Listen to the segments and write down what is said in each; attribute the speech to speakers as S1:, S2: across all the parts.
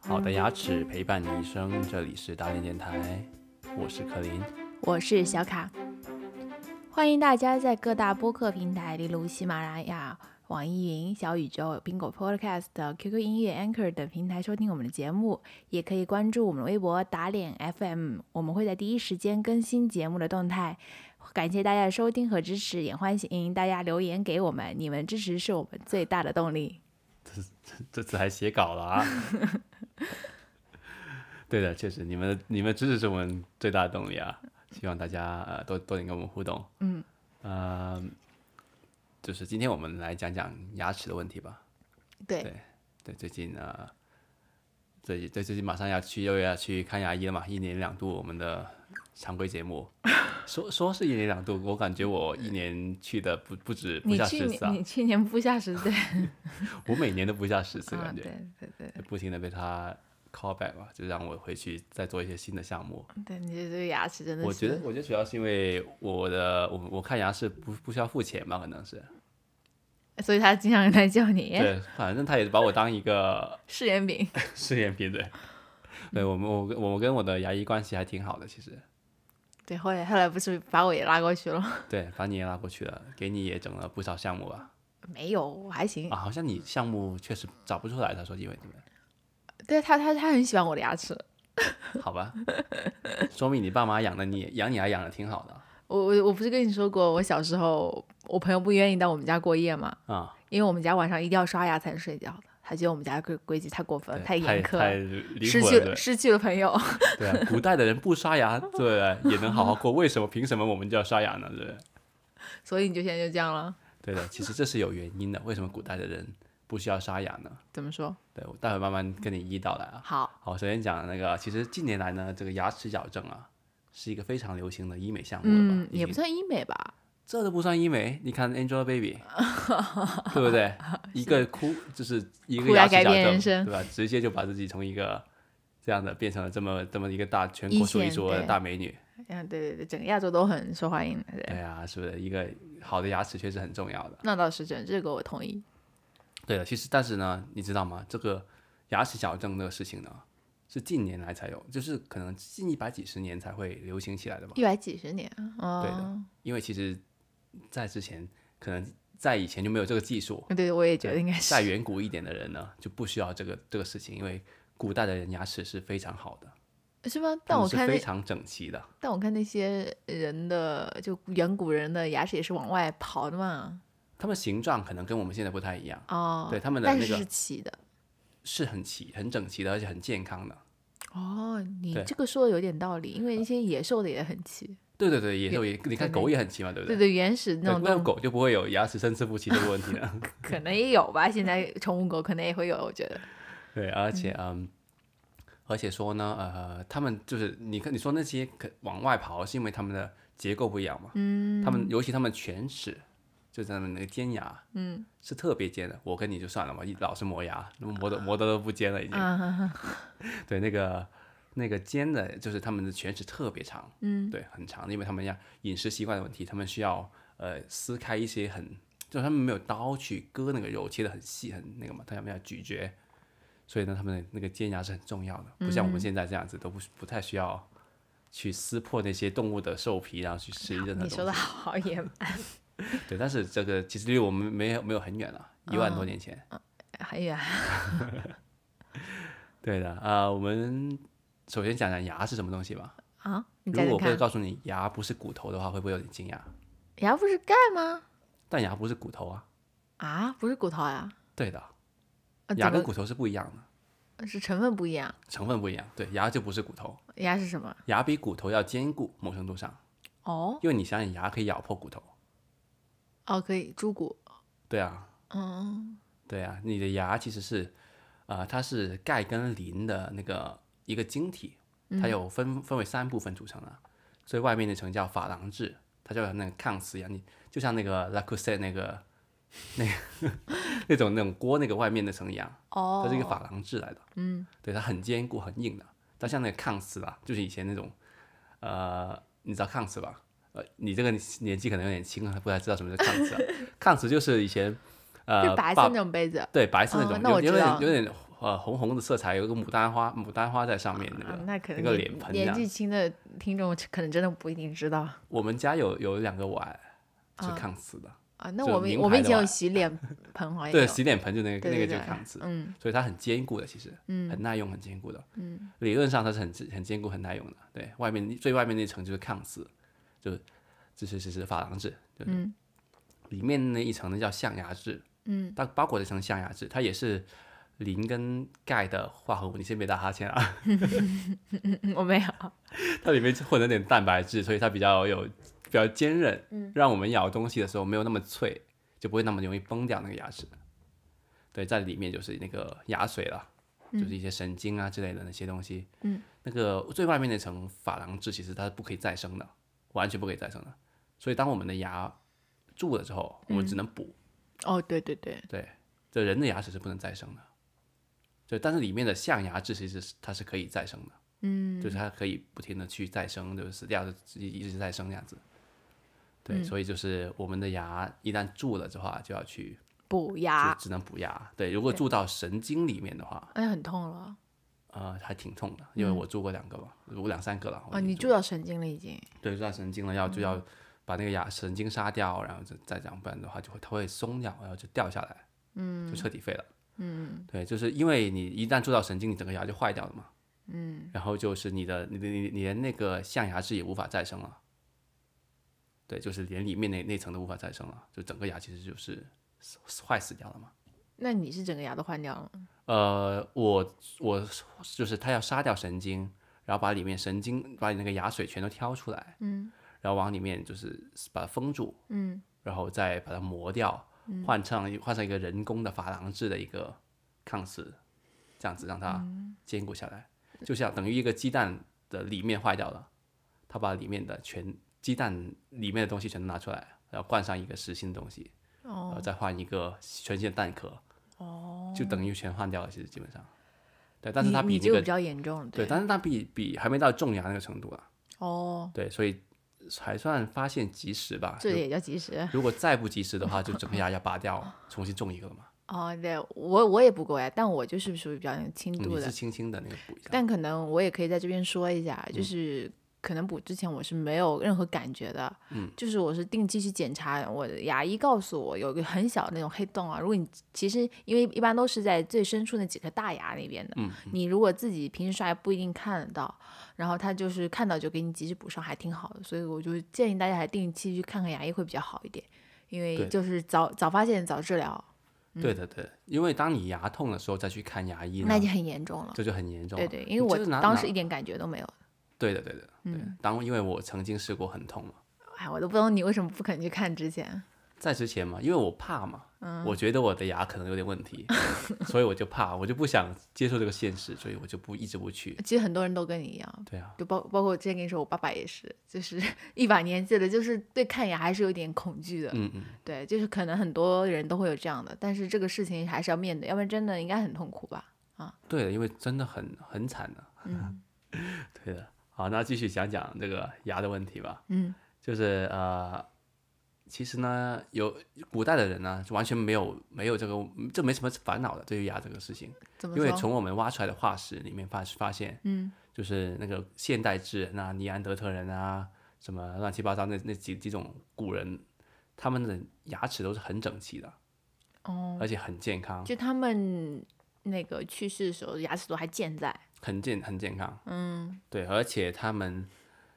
S1: 好的牙齿陪伴你一生，这里是大连电台，我是柯林。
S2: 我是小卡，欢迎大家在各大播客平台，例如喜马拉雅、网易云、小宇宙、苹果 Podcast、QQ 音乐、Anchor 等平台收听我们的节目，也可以关注我们的微博打脸 FM，我们会在第一时间更新节目的动态。感谢大家的收听和支持，也欢迎大家留言给我们，你们支持是我们最大的动力。
S1: 这次还写稿了啊！对的，确实，你们你们支持是我们最大的动力啊！希望大家呃多多点跟我们互动。
S2: 嗯，
S1: 呃，就是今天我们来讲讲牙齿的问题吧。
S2: 对
S1: 对对，最近呃，最最最近马上要去又要去看牙医了嘛，一年两度我们的常规节目， 说说是一年两度，我感觉我一年去的不不止不
S2: 你
S1: 下
S2: 去
S1: 十次
S2: 年
S1: 啊
S2: 你，去年不 下十岁
S1: 我每年都不下十次，
S2: 啊，
S1: 感觉、
S2: 对对对
S1: 不停的被他 call back 吧，就让我回去再做一些新的项目。
S2: 对，你这个牙齿真的是，
S1: 我觉得，我觉得主要是因为我的我我看牙是不不需要付钱吧，可能是
S2: 所以他经常来叫你
S1: 对，反正他也把我当一个
S2: 试验品。
S1: 试验品对。对我们，我跟我跟我的牙医关系还挺好的，其实。
S2: 对，后来后来不是把我也拉过去了？
S1: 对，把你也拉过去了，给你也整了不少项目吧？
S2: 没有，我还行。
S1: 啊，好像你项目确实找不出来，他说因为你们，
S2: 对他，他他很喜欢我的牙齿。
S1: 好 吧，说明你爸妈养的你养你还养的挺好的
S2: 我我我不是跟你说过，我小时候我朋友不愿意到我们家过夜嘛，
S1: 啊，
S2: 因为我们家晚上一定要刷牙才能睡觉的。他觉得我们家规规矩太过分，
S1: 太
S2: 严苛
S1: 太
S2: 了，
S1: 离
S2: 失
S1: 谱
S2: 去
S1: 了
S2: 了，失去了朋友。
S1: 对对啊，古代的人不刷牙，对不对，也能好好过，为什么凭什么我们就要刷牙呢？对不对？
S2: 所以你就现在就这样了？
S1: 对的，其实这是有原因的，为什么古代的人不需要刷牙呢？
S2: 怎么说？
S1: 对，我待会慢慢跟你一一道来啊。
S2: 好，
S1: 好，首先讲那个，其实近年来呢，这个牙齿矫正啊，是一个非常流行的医美项目了吧？
S2: 嗯，
S1: 已
S2: 也
S1: 经
S2: 不算医美吧，
S1: 这都不算医美，你看 Angelababy，对不对？一个哭就是一个
S2: 哭牙
S1: 齿
S2: 改
S1: 矫
S2: 变
S1: 正
S2: 人生
S1: 对吧？直接就把自己从一个这样的变成了这么这么一个大全
S2: 一
S1: 国数一
S2: 线
S1: 数二的
S2: 对
S1: 大美女。
S2: 嗯，对对对，整个亚洲都很受欢迎的。对
S1: 对啊，是不是一个好的牙齿确实很重要的？
S2: 那倒是真，这个我同意。
S1: 对的，其实但是呢，你知道吗？这个牙齿矫正这个事情呢，是近年来才有，就是可能近一百几十年才会流行起来的吧。
S2: 一百几十年，
S1: 对
S2: 哦
S1: 的，因为其实，在之前可能在以前就没有这个技术，
S2: 对对，我也觉
S1: 对
S2: 得应该是
S1: 再。远古一点的人呢，就不需要这个这个事情，因为古代的人牙齿是非常好的，
S2: 是吗？
S1: 他
S2: 但
S1: 们
S2: 我
S1: 是
S2: 看
S1: 非
S2: 那
S1: 常整齐的。
S2: 但我看那些人的就远古人的牙齿也是往外刨的嘛，
S1: 他们形状可能跟我们现在不太一样，
S2: 哦，
S1: 对他们的
S2: 但
S1: 那
S2: 是
S1: 个
S2: 是齐的。
S1: 是很齐、很整齐的，而且很健康的。
S2: 哦，你
S1: 对
S2: 这个说的有点道理，因为一些野兽的也很齐，
S1: 对对对，野兽也，你看
S2: 对
S1: 狗也很齐嘛，对不
S2: 对
S1: 对？
S2: 对，原始那
S1: 对
S2: 种
S1: 那
S2: 动物
S1: 狗就不会有牙齿参差不齐这个问题了。
S2: 可能也有吧，现在宠物狗可能也会有，我觉得。
S1: 对，而且嗯，而且说呢，呃，他们就是你看你说那些可往外刨，是因为他们的结构不一样嘛？嗯，他们尤其他们犬齿，就是他们那个尖牙，嗯，是特别尖的。我跟你就算了嘛，一老是磨牙，那么磨的磨的都不尖了已经。
S2: 啊，
S1: 对，那个那个尖的，就是他们的犬齿特别长，嗯，对，很长，因为他们要饮食习惯的问题，他们需要呃撕开一些很，就是他们没有刀去割那个肉，切的很细很那个嘛，他们要咀嚼，所以呢，他们的那个尖牙是很重要的，不像我
S2: 嗯
S1: 们现在这样子都不不太需要去撕破那些动物的兽皮，然后去吃任何
S2: 你说
S1: 东
S2: 的
S1: 西，
S2: 好野蛮，
S1: 对，但是这个其实离我们没有没有很远了，一万
S2: 嗯
S1: 多年前。
S2: 很远。
S1: 对的，啊，我们首先讲讲牙是什么东西吧。
S2: 啊，你
S1: 如
S2: 再
S1: 果
S2: 再
S1: 我会
S2: 看，
S1: 告诉你牙不是骨头的话，会不会有点惊讶？
S2: 牙不是钙吗？
S1: 但牙不是骨头啊，
S2: 啊，不是骨头呀、
S1: 对的，
S2: 啊，
S1: 牙
S2: 怎
S1: 跟
S2: 么
S1: 骨头是不一样的，
S2: 是成分不一样？
S1: 成分不一样。对，牙就不是骨头，
S2: 牙是什么？
S1: 牙比骨头要坚固，某程度上，
S2: 哦
S1: 因为你想想，牙可以咬破骨头。
S2: 哦，可以猪骨，
S1: 对啊，
S2: 嗯，
S1: 对啊，你的牙其实是，呃，它是钙跟磷的那个一个晶体，
S2: 嗯
S1: 它有分分为三部分组成的，所以外面那层叫珐琅质，它就有那个抗磁牙，你就像那个 l a c u s e 那个那个 那种那种锅那个外面那层一样。
S2: 哦，
S1: 它是一个珐琅质来的，嗯，对，它很坚固很硬的，它像那个抗瓷吧，就是以前那种，呃，你知道抗瓷吧？呃，你这个年纪可能有点轻啊，不太知道什么是炕瓷、啊。炕瓷就是以前呃
S2: 是白
S1: 爸
S2: 色那种杯子。
S1: 对白色那
S2: 哦
S1: 种，
S2: 那
S1: 有
S2: 我知
S1: 有点
S2: 道
S1: 有点呃红红的色彩，有一个牡丹花牡丹花在上面那
S2: 啊
S1: 个。，
S2: 那可能
S1: 那个
S2: 年
S1: 脸盆
S2: 年
S1: 呀
S2: 纪轻的听众可能真的不一定知道
S1: 我们家有有两个碗是
S2: 啊
S1: 炕瓷的，
S2: 啊。那
S1: 就
S2: 我们
S1: 名
S2: 我
S1: 牌
S2: 们以
S1: 的
S2: 前有
S1: 碗
S2: 洗脸 盆，好像
S1: 对
S2: 有
S1: 洗脸盆就那个
S2: 哎对
S1: 那
S2: 对
S1: 个
S2: 对
S1: 就是炕瓷，
S2: 嗯
S1: 所以它很坚固的，其实
S2: 嗯
S1: 很耐用，很坚固的。
S2: 嗯，
S1: 理论上它是很很坚固、很耐用的。对外面最外面那层就是抗瓷，就是就是就是珐琅质，就是、
S2: 嗯
S1: 里面那一层呢叫象牙质，
S2: 嗯，
S1: 它包裹了一层象牙质，它也是磷跟钙的化合物。你先别打哈欠啊，
S2: 嗯我没有。
S1: 它里面混了点蛋白质，所以它比较有比较坚韧，让我们咬东西的时候没有那么脆，就不会那么容易崩掉那个牙齿。对，在里面就是那个牙髓了，就是一些神经啊之类的那些东西。
S2: 嗯，
S1: 那个最外面那层珐琅质其实它是不可以再生的，完全不可以再生的。所以当我们的牙蛀了之后，我们只能补。
S2: 哦，对对对，
S1: 对，这人的牙齿是不能再生的。对，但是里面的象牙质其实是它是可以再生的，
S2: 嗯，
S1: 就是它可以不停的去再生，就是死掉就一一直再生这样子。对，
S2: 嗯
S1: 所以就是我们的牙一旦蛀了的话，就要去
S2: 补
S1: 就
S2: 牙，
S1: 只能补牙。对，如果
S2: 对
S1: 蛀到神经里面的话，
S2: 哎，很痛了。
S1: 呃，还挺痛的，因为我蛀过两个吧，我两三个了。我
S2: 嗯哦，
S1: 已经
S2: 你蛀到神经了已经。
S1: 对，蛀到神经了，要就要把那个牙神经杀掉，然后再再这样，不然的话就会它会松掉，然后就掉下来，嗯，就彻底废了。嗯，对，就是因为你一旦蛀到神经，你整个牙就坏掉了嘛。嗯，然后就是你的你的你你连那个象牙质也无法再生了。对，就是连里面那那层都无法再生了，就整个牙其实就是坏死掉了嘛。
S2: 那你是整个牙都换掉了吗？
S1: 呃，我我就是他要杀掉神经，然后把里面神经把你那个牙髓全都挑出来，嗯，然后往里面就是把它封住，
S2: 嗯，
S1: 然后再把它磨掉，换上一换上一个人工的珐琅质的一个抗瓷，这样子让它
S2: 嗯
S1: 坚固下来，就像等于一个鸡蛋的里面坏掉了，他把里面的全鸡蛋里面的东西全都拿出来，然后灌上一个实心的东西，然后
S2: 哦
S1: 再换一个全新的蛋壳，
S2: 哦，
S1: 就等于全换掉了，其实基本上。对，但是它
S2: 你
S1: 比
S2: 你
S1: 那
S2: 这个
S1: 个
S2: 比较严重了，
S1: 对，但是它比比还没到种牙那个程度啊。
S2: 哦，
S1: 对，所以还算发现及时吧。
S2: 这
S1: 如
S2: 也叫及时。
S1: 如果再不及时的话，就整个牙要拔掉，重新种一个了嘛。
S2: 哦，对我我也补过呀，但我就是属于比较轻
S1: 嗯
S2: 度
S1: 你
S2: 的
S1: 是，轻轻的那个补一下。
S2: 但可能我也可以在这边说一下，
S1: 嗯
S2: 就是可能补之前我是没有任何感觉的，
S1: 嗯，
S2: 就是我是定期去检查，我的牙医告诉我有一个很小的那种黑洞啊，如果你其实因为一般都是在最深处那几颗大牙那边的，
S1: 嗯，
S2: 你如果自己平时刷牙不一定看得到，然后他就是看到就给你及时补上，还挺好的，所以我就建议大家还定期去看看牙医会比较好一点，因为
S1: 对
S2: 就是早早发现早治疗，
S1: 对的，对的，因为当你牙痛的时候再去看牙医呢
S2: 那，就很严重了。
S1: 这就很严重
S2: 对
S1: 了。
S2: 对，因为
S1: 就是
S2: 我
S1: 拿
S2: 当
S1: 拿
S2: 时一嗯点感觉都没有。
S1: 对的，对的，对。当因为我曾经试过很痛嘛，
S2: 哎，我都不懂你为什么不肯去看之前。
S1: 在之前嘛，因为我怕嘛，
S2: 嗯
S1: 我觉得我的牙可能有点问题， 所以我就怕，我就不想接受这个现实，所以我就不一直不去。
S2: 其实很多人都跟你一样，
S1: 对啊，
S2: 就包包括我之前跟你说，我爸爸也是，就是 一把年纪了，就是对看牙还是有点恐惧的。
S1: 嗯嗯，
S2: 对，就是可能很多人都会有这样的，但是这个事情还是要面对，要不然真的应该很痛 苦吧？
S1: 对的，因为真的很很惨的、
S2: 嗯
S1: 对的，好，那继续讲讲这个牙的问题吧。
S2: 嗯
S1: 就是呃，其实呢，有古代的人呢，就完全没有没有这个，这没什么烦恼的，对于牙这个事情，
S2: 怎么
S1: 因为
S2: 说？
S1: 从我们挖出来的化石里面发发现，
S2: 嗯
S1: 就是那个现代智人啊、尼安德特人啊，什么乱七八糟那那几几种古人，他们的牙齿都是很整齐的，
S2: 哦，
S1: 而且很健康，
S2: 就他们那个去世的时候，牙齿都还健在。
S1: 很健很健康。
S2: 嗯
S1: 对，而且他们，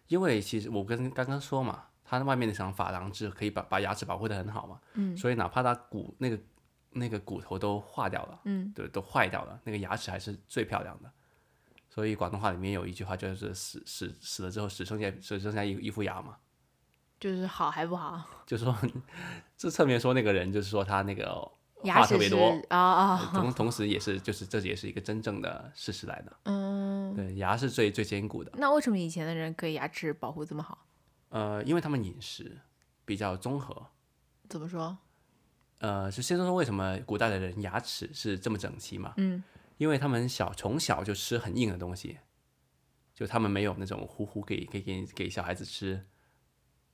S1: 因为其实我跟刚刚说嘛，它外面那层珐琅质可以把把牙齿保护的很好嘛，
S2: 嗯
S1: 所以哪怕它骨那个那个骨头都化掉了，
S2: 嗯，
S1: 对，都坏掉了，那个牙齿还是最漂亮的。所以广东话里面有一句话就是死死死了之后只剩下只剩下一一副牙嘛，
S2: 就是好还不好，
S1: 就说 这侧面说那个人就是说他那个
S2: 牙
S1: 话
S2: 齿
S1: 特别
S2: 是
S1: 多，哎
S2: 啊啊、
S1: 同同时也是就是这也是一个真正的事实来的，
S2: 嗯。
S1: 对，牙是最最坚固的。
S2: 那为什么以前的人可以牙齿保护这么好？
S1: 呃，因为他们饮食比较综合，
S2: 怎么说？
S1: 呃，就先说说为什么古代的人牙齿是这么整齐嘛？
S2: 嗯，
S1: 因为他们小从小就吃很硬的东西，就他们没有那种糊糊给给给给小孩子吃，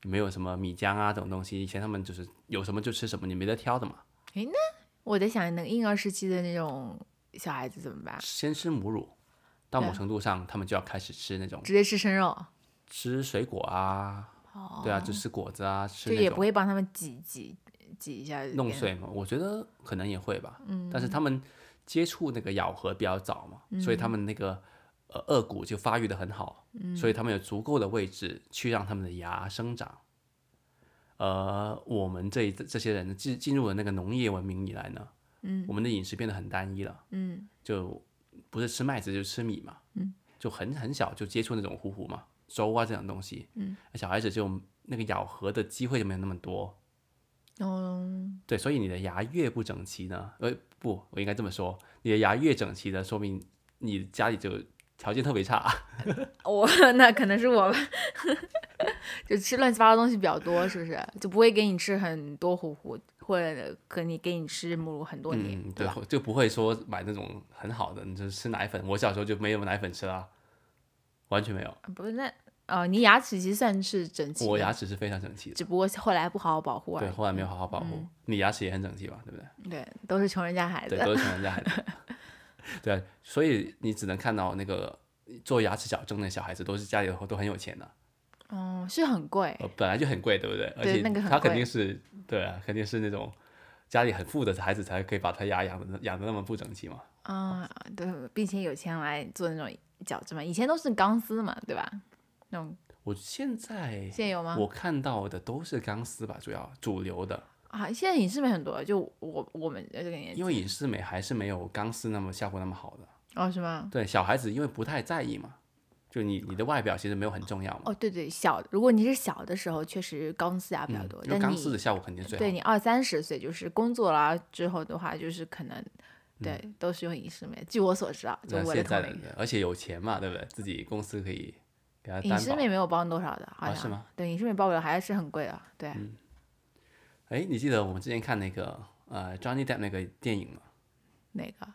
S1: 没有什么米浆啊这种东西，以前他们就是有什么就吃什么，你没得挑的嘛。
S2: 我在想，那个婴儿时期的那种小孩子怎么办？
S1: 先吃母乳，到某
S2: 对
S1: 程度上，他们就要开始吃那种
S2: 直接吃生肉，
S1: 吃水果啊，
S2: 哦
S1: 对啊，就吃果子啊，吃
S2: 就
S1: 那
S2: 也不
S1: 种
S2: 会帮他们挤挤挤一下
S1: 弄
S2: 变
S1: 碎嘛。我觉得可能也会吧，嗯，但是他们接触那个咬合比较早嘛，所以他们那个呃颚骨就发育的很好，所以他们有足够的位置去让他们的牙生长。而我们这一这些人进进入了那个农业文明以来呢，嗯，我们的饮食变得很单一了，嗯，就不是吃麦子就是吃米嘛，嗯，就很很小就接触那种糊糊嘛粥啊这种东西，嗯，小孩子就那个咬合的机会就没有那么多，
S2: 嗯，
S1: 对，所以你的牙越不整齐呢，呃，不，我应该这么说，你的牙越整齐的，说明你家里就条件特别差。
S2: 我那可能是我吧， 就吃乱七八糟东西比较多，是不是？就不会给你吃很多糊糊，或者可你给你吃母乳很多年，
S1: 嗯，对
S2: 对吧？，
S1: 就不会说买那种很好的，你就是吃奶粉。我小时候就没有奶粉吃啊，完全没有。
S2: 不是那哦，你牙齿其实算是整齐的，
S1: 我牙齿是非常整齐的，
S2: 只不过后来不好好保护而
S1: 对，
S2: 已。
S1: 后来没有好好保护。
S2: 嗯
S1: 你牙齿也很整齐吧？对不 对？
S2: 对，都是穷人家孩
S1: 对，
S2: 子。
S1: 都是穷人家孩子。 对啊，所以你只能看到那个做牙齿矫正的小孩子，都是家里都很有钱的、
S2: 哦，是很贵，
S1: 呃，本来就很贵，对不对？而
S2: 对
S1: 且
S2: 那个很
S1: 他肯
S2: 贵
S1: 定是对啊，肯定是那种家里很富的孩子才可以把他牙养的养的那么不整齐嘛。
S2: 啊、对，并且有钱来做那种矫正嘛，以前都是钢丝嘛，对吧？那种
S1: 我现在
S2: 现在有吗？
S1: 我看到的都是钢丝吧，主要主流的，
S2: 啊，现在影视美很多，就我我们这个年纪
S1: 因为隐适美还是没有钢丝那么效果那么好的。
S2: 哦，是吗？
S1: 对，小孩子因为不太在意嘛，就你你的外表其实没有很重要嘛。
S2: 哦，对对，小，如果你是小的时候，确实钢丝啊牙比较
S1: 嗯
S2: 多，，
S1: 因为
S2: 但
S1: 钢
S2: 你
S1: 丝的效果肯定是最好
S2: 对
S1: 的。
S2: 你二三十岁，就是工作了之后的话，就是可能对、都是用隐适美。据我所知啊，就
S1: 嗯那
S2: 我的
S1: 现在
S2: 同
S1: 的
S2: 龄，
S1: 而且有钱嘛，对不对？自己公司可以给他
S2: 隐
S1: 担
S2: 适
S1: 保
S2: 美。没有帮多少的，好
S1: 啊
S2: 像、
S1: 是吗嗯
S2: 对，隐适美报表还是很贵的，对，
S1: 哎，你记得我们之前看那个呃 Johnny Depp 那个电影吗？
S2: 那个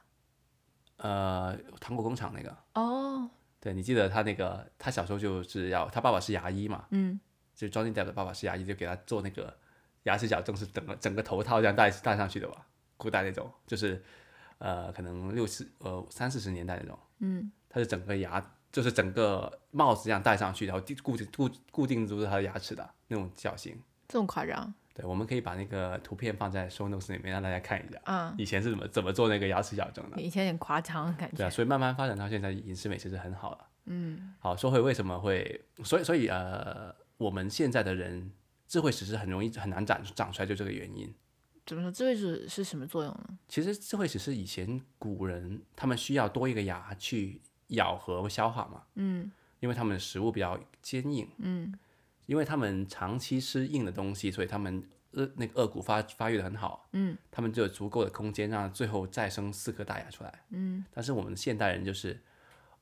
S1: 呃，糖果工厂那个，
S2: 哦，
S1: 对你记得他那个，他小时候就是要他爸爸是牙医嘛，
S2: 嗯，
S1: 就 Johnny Depp 的爸爸是牙医，就给他做那个牙齿矫正，是整个整个头套这样戴戴上去的吧，古代那种，就是呃可能六十呃三四十年代那种，
S2: 嗯，
S1: 他是整个牙就是整个帽子这样戴上去，然后地固定固固定住他的牙齿的那种造型。
S2: 这么夸张，
S1: 对，我们可以把那个图片放在 show notes 里面让大家看一下，
S2: 嗯，
S1: 以前是怎么怎么做那个牙齿矫正的。
S2: 以前有点夸张的感
S1: 对啊，
S2: 觉，
S1: 所以慢慢发展到现在，饮食美其实很好了。嗯，好，说回为什么会，所以所以呃，我们现在的人智慧齿是很容易很难长长出来，就这个原因。
S2: 怎么说？这位置是什么作用呢？
S1: 其实智慧齿是以前古人他们需要多一个牙去咬合和消化嘛，
S2: 嗯
S1: 因为他们的食物比较坚硬，
S2: 嗯
S1: 因为他们长期吃硬的东西，所以他们颚那个颚骨发发育的很好，
S2: 嗯，
S1: 他们就有足够的空间让最后再生四颗大牙出来。
S2: 嗯
S1: 但是我们现代人就是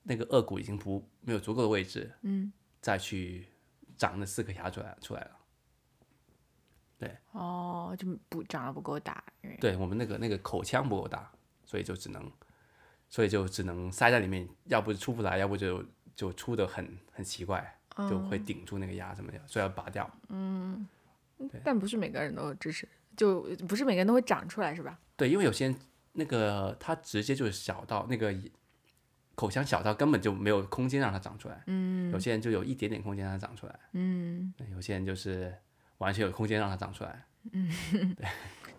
S1: 那个颚骨已经不没有足够的位置，
S2: 嗯，
S1: 再去长那四颗牙出来出来了。
S2: 哦，就不长得不够大，因为
S1: 对我们那个那个口腔不够大，所以就只能，所以就只能塞在里面，要不出不来，要不就就出的很很奇怪，就会顶住那个牙什么的，所以要拔掉。
S2: 但不是每个人都有智齿，就不是每个人都会长出来，是吧？
S1: 对，因为有些人那个它直接就是小到那个口腔小到根本就没有空间让它长出来，嗯，有些人就有一点点空间让它长出来，嗯，有些人就是完全有空间让它长出来，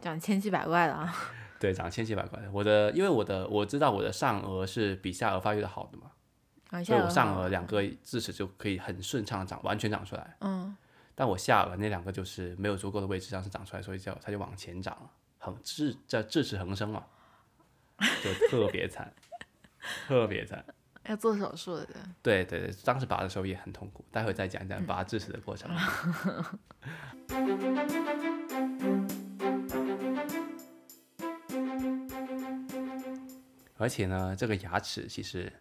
S2: 长千奇百怪的啊。
S1: 对，长得千奇百怪的。我的因为我的我知道我的上颚是比下颚发育的好的嘛，
S2: 啊，
S1: 所以我
S2: 下颚
S1: 上
S2: 好
S1: 颚两个智齿就可以很顺畅的长，完全长出来，
S2: 嗯，
S1: 但我下颚那两个就是没有足够的位置让它长出来，所以就它就往前长了，横智叫智齿横生嘛，就特别惨， 特别惨。
S2: 要做手术的，
S1: 对对对，当时拔的时候也很痛苦，待会再讲讲拔智齿的过程。 而且呢，这个牙齿其实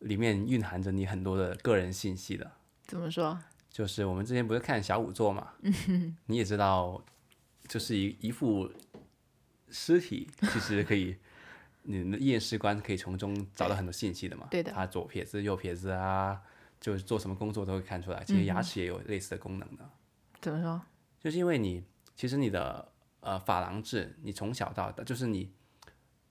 S1: 里面蕴含着你很多的个人信息的，
S2: 怎么说？
S1: 就是我们之前不是看小仵作嘛，你也知道，就是一一副尸体，其实可以，你的验尸官可以从中找到很多信息的嘛。
S2: 对的
S1: 他
S2: 嗯
S1: 左撇子、右撇子啊，就是做什么工作都会看出来。其实牙齿也有类似的功能的。
S2: 怎么说？
S1: 就是因为你其实你的呃珐琅质，你从小到大就是你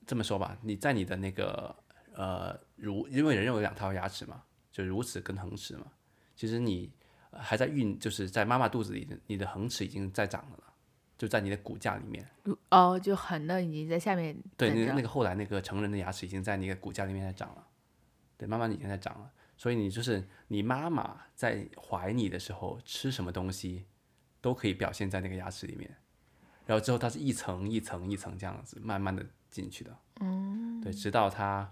S1: 这么说吧，你在你的那个呃乳，因为人有两套牙齿嘛，就乳齿跟恒齿嘛，其实你呃还在孕，就是在妈妈肚子里，你的恒齿已经在长了啦，就在你的骨架里面。
S2: 如哦，就横的已经在下面
S1: 嗯对，
S2: 等
S1: 那
S2: 着
S1: 那个后来那个成人的牙齿已经在那个骨架里面在长了，对，慢慢已经在长了。所以你就是你妈妈在怀你的时候吃什么东西，都可以表现在那个牙齿里面。然后之后它是一层一层一层这样子慢慢的进去的，嗯，对，直到它，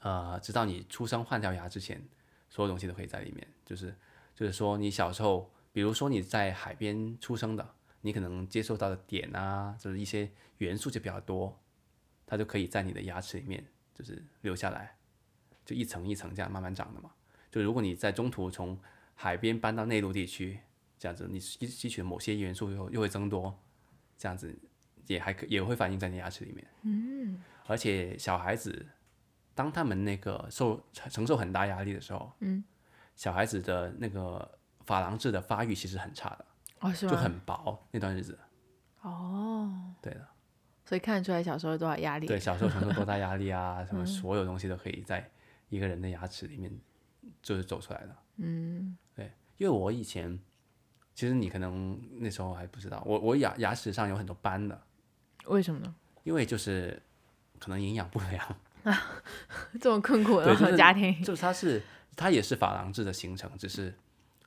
S1: 呃，直到你出生换掉牙之前，所有东西都可以在里面。就是就是说你小时候，比如说你在海边出生的，你可能接受到的点啊，就是一些元素就比较多，它就可以在你的牙齿里面就是留下来，就一层一层这样慢慢长的嘛。就如果你在中途从海边搬到内陆地区，这样子你吸吸取的某些元素又又会增多，这样子也还可也会反映在你牙齿里面。嗯，而且小孩子当他们那个受承受很大压力的时候，嗯，小孩子的那个珐琅质的发育其实很差的，
S2: 哦，是
S1: 就
S2: 吗？
S1: 很薄那段日子。
S2: 哦，
S1: 对的，
S2: 所以看得出来小时候有多少压力。嗯
S1: 对，小时候承受多大压力 啊，什么所有东西都可以在一个人的牙齿里面就是走出来的。嗯，对，因为我以前其实你可能那时候还不知道，我我牙牙齿上有很多斑的，
S2: 为什么呢？
S1: 因为就是可能营养不良，
S2: 这么困苦
S1: 对，就
S2: 的
S1: 是
S2: 家庭
S1: 就是它是它也是珐琅质的形成，只是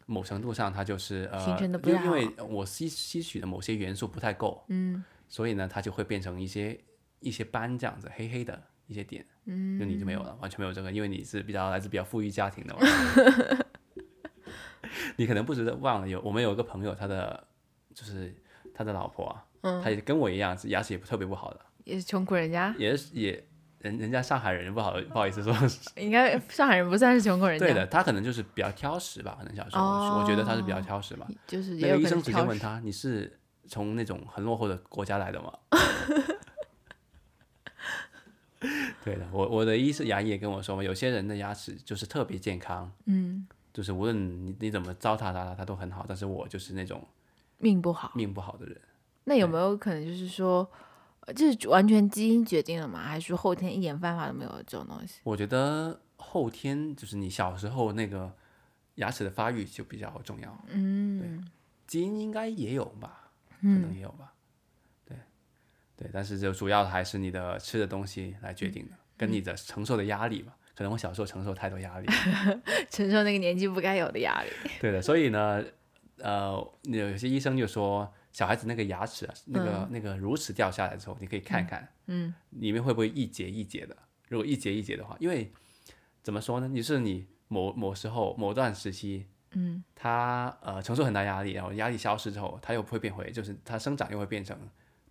S1: 某程度上它就是呃，
S2: 形成得不
S1: 因
S2: 太
S1: 为因为我吸吸取的某些元素不太够，嗯，所以呢，它就会变成一些一些斑这样子，黑黑的一些点，嗯，就你就没有了，完全没有这个，因为你是比较来自比较富裕家庭的嘛， 你可能不知道忘了有我们有一个朋友，他的就是他的老婆啊，嗯，他也跟我一样，牙齿也不特别不好的，
S2: 也是穷苦人家，
S1: 也是也。人人家上海人不好不好意思说
S2: 应该上海人不算是穷苦人家，
S1: 对的，他可能就是比较挑食吧，可能小时候我是我觉得他是比较挑食吧。
S2: 就是
S1: 那
S2: 也有
S1: 个医
S2: 可能
S1: 生直接
S2: 挑
S1: 问
S2: 食。
S1: 他：“你是从那种很落后的国家来的 吗？”对的，我我的医生牙医也跟我说嘛，有些人的牙齿就是特别健康，
S2: 嗯，
S1: 就是无论你你怎么糟蹋它，它都很好。但是我就是那种
S2: 命不好。
S1: 命不好的人，
S2: 那有没有可能就是说，呃这是完全基因决定的吗？还是说后天一点办法都没有这种东西？
S1: 我觉得后天就是你小时候那个牙齿的发育就比较重要，
S2: 嗯，
S1: 基因应该也有吧，可能也有吧，对，对，但是就主要还是你的吃的东西来决
S2: 嗯
S1: 定的，跟你的承受的压力吧。可能我小时候承受太多 压力，
S2: 承受那个年纪不该有的压力。
S1: 对的，所以呢，呃，有些医生就说，小孩子那个牙齿啊，那个、那个乳齿掉下来之后，你可以看看，
S2: 嗯，
S1: 里面会不会一节一节的？如果一节一节的话，因为怎么说呢，就是你某某时候某段时期，
S2: 嗯，
S1: 它呃承受很大压力，然后压力消失之后，它又不会变回，就是它生长又会变成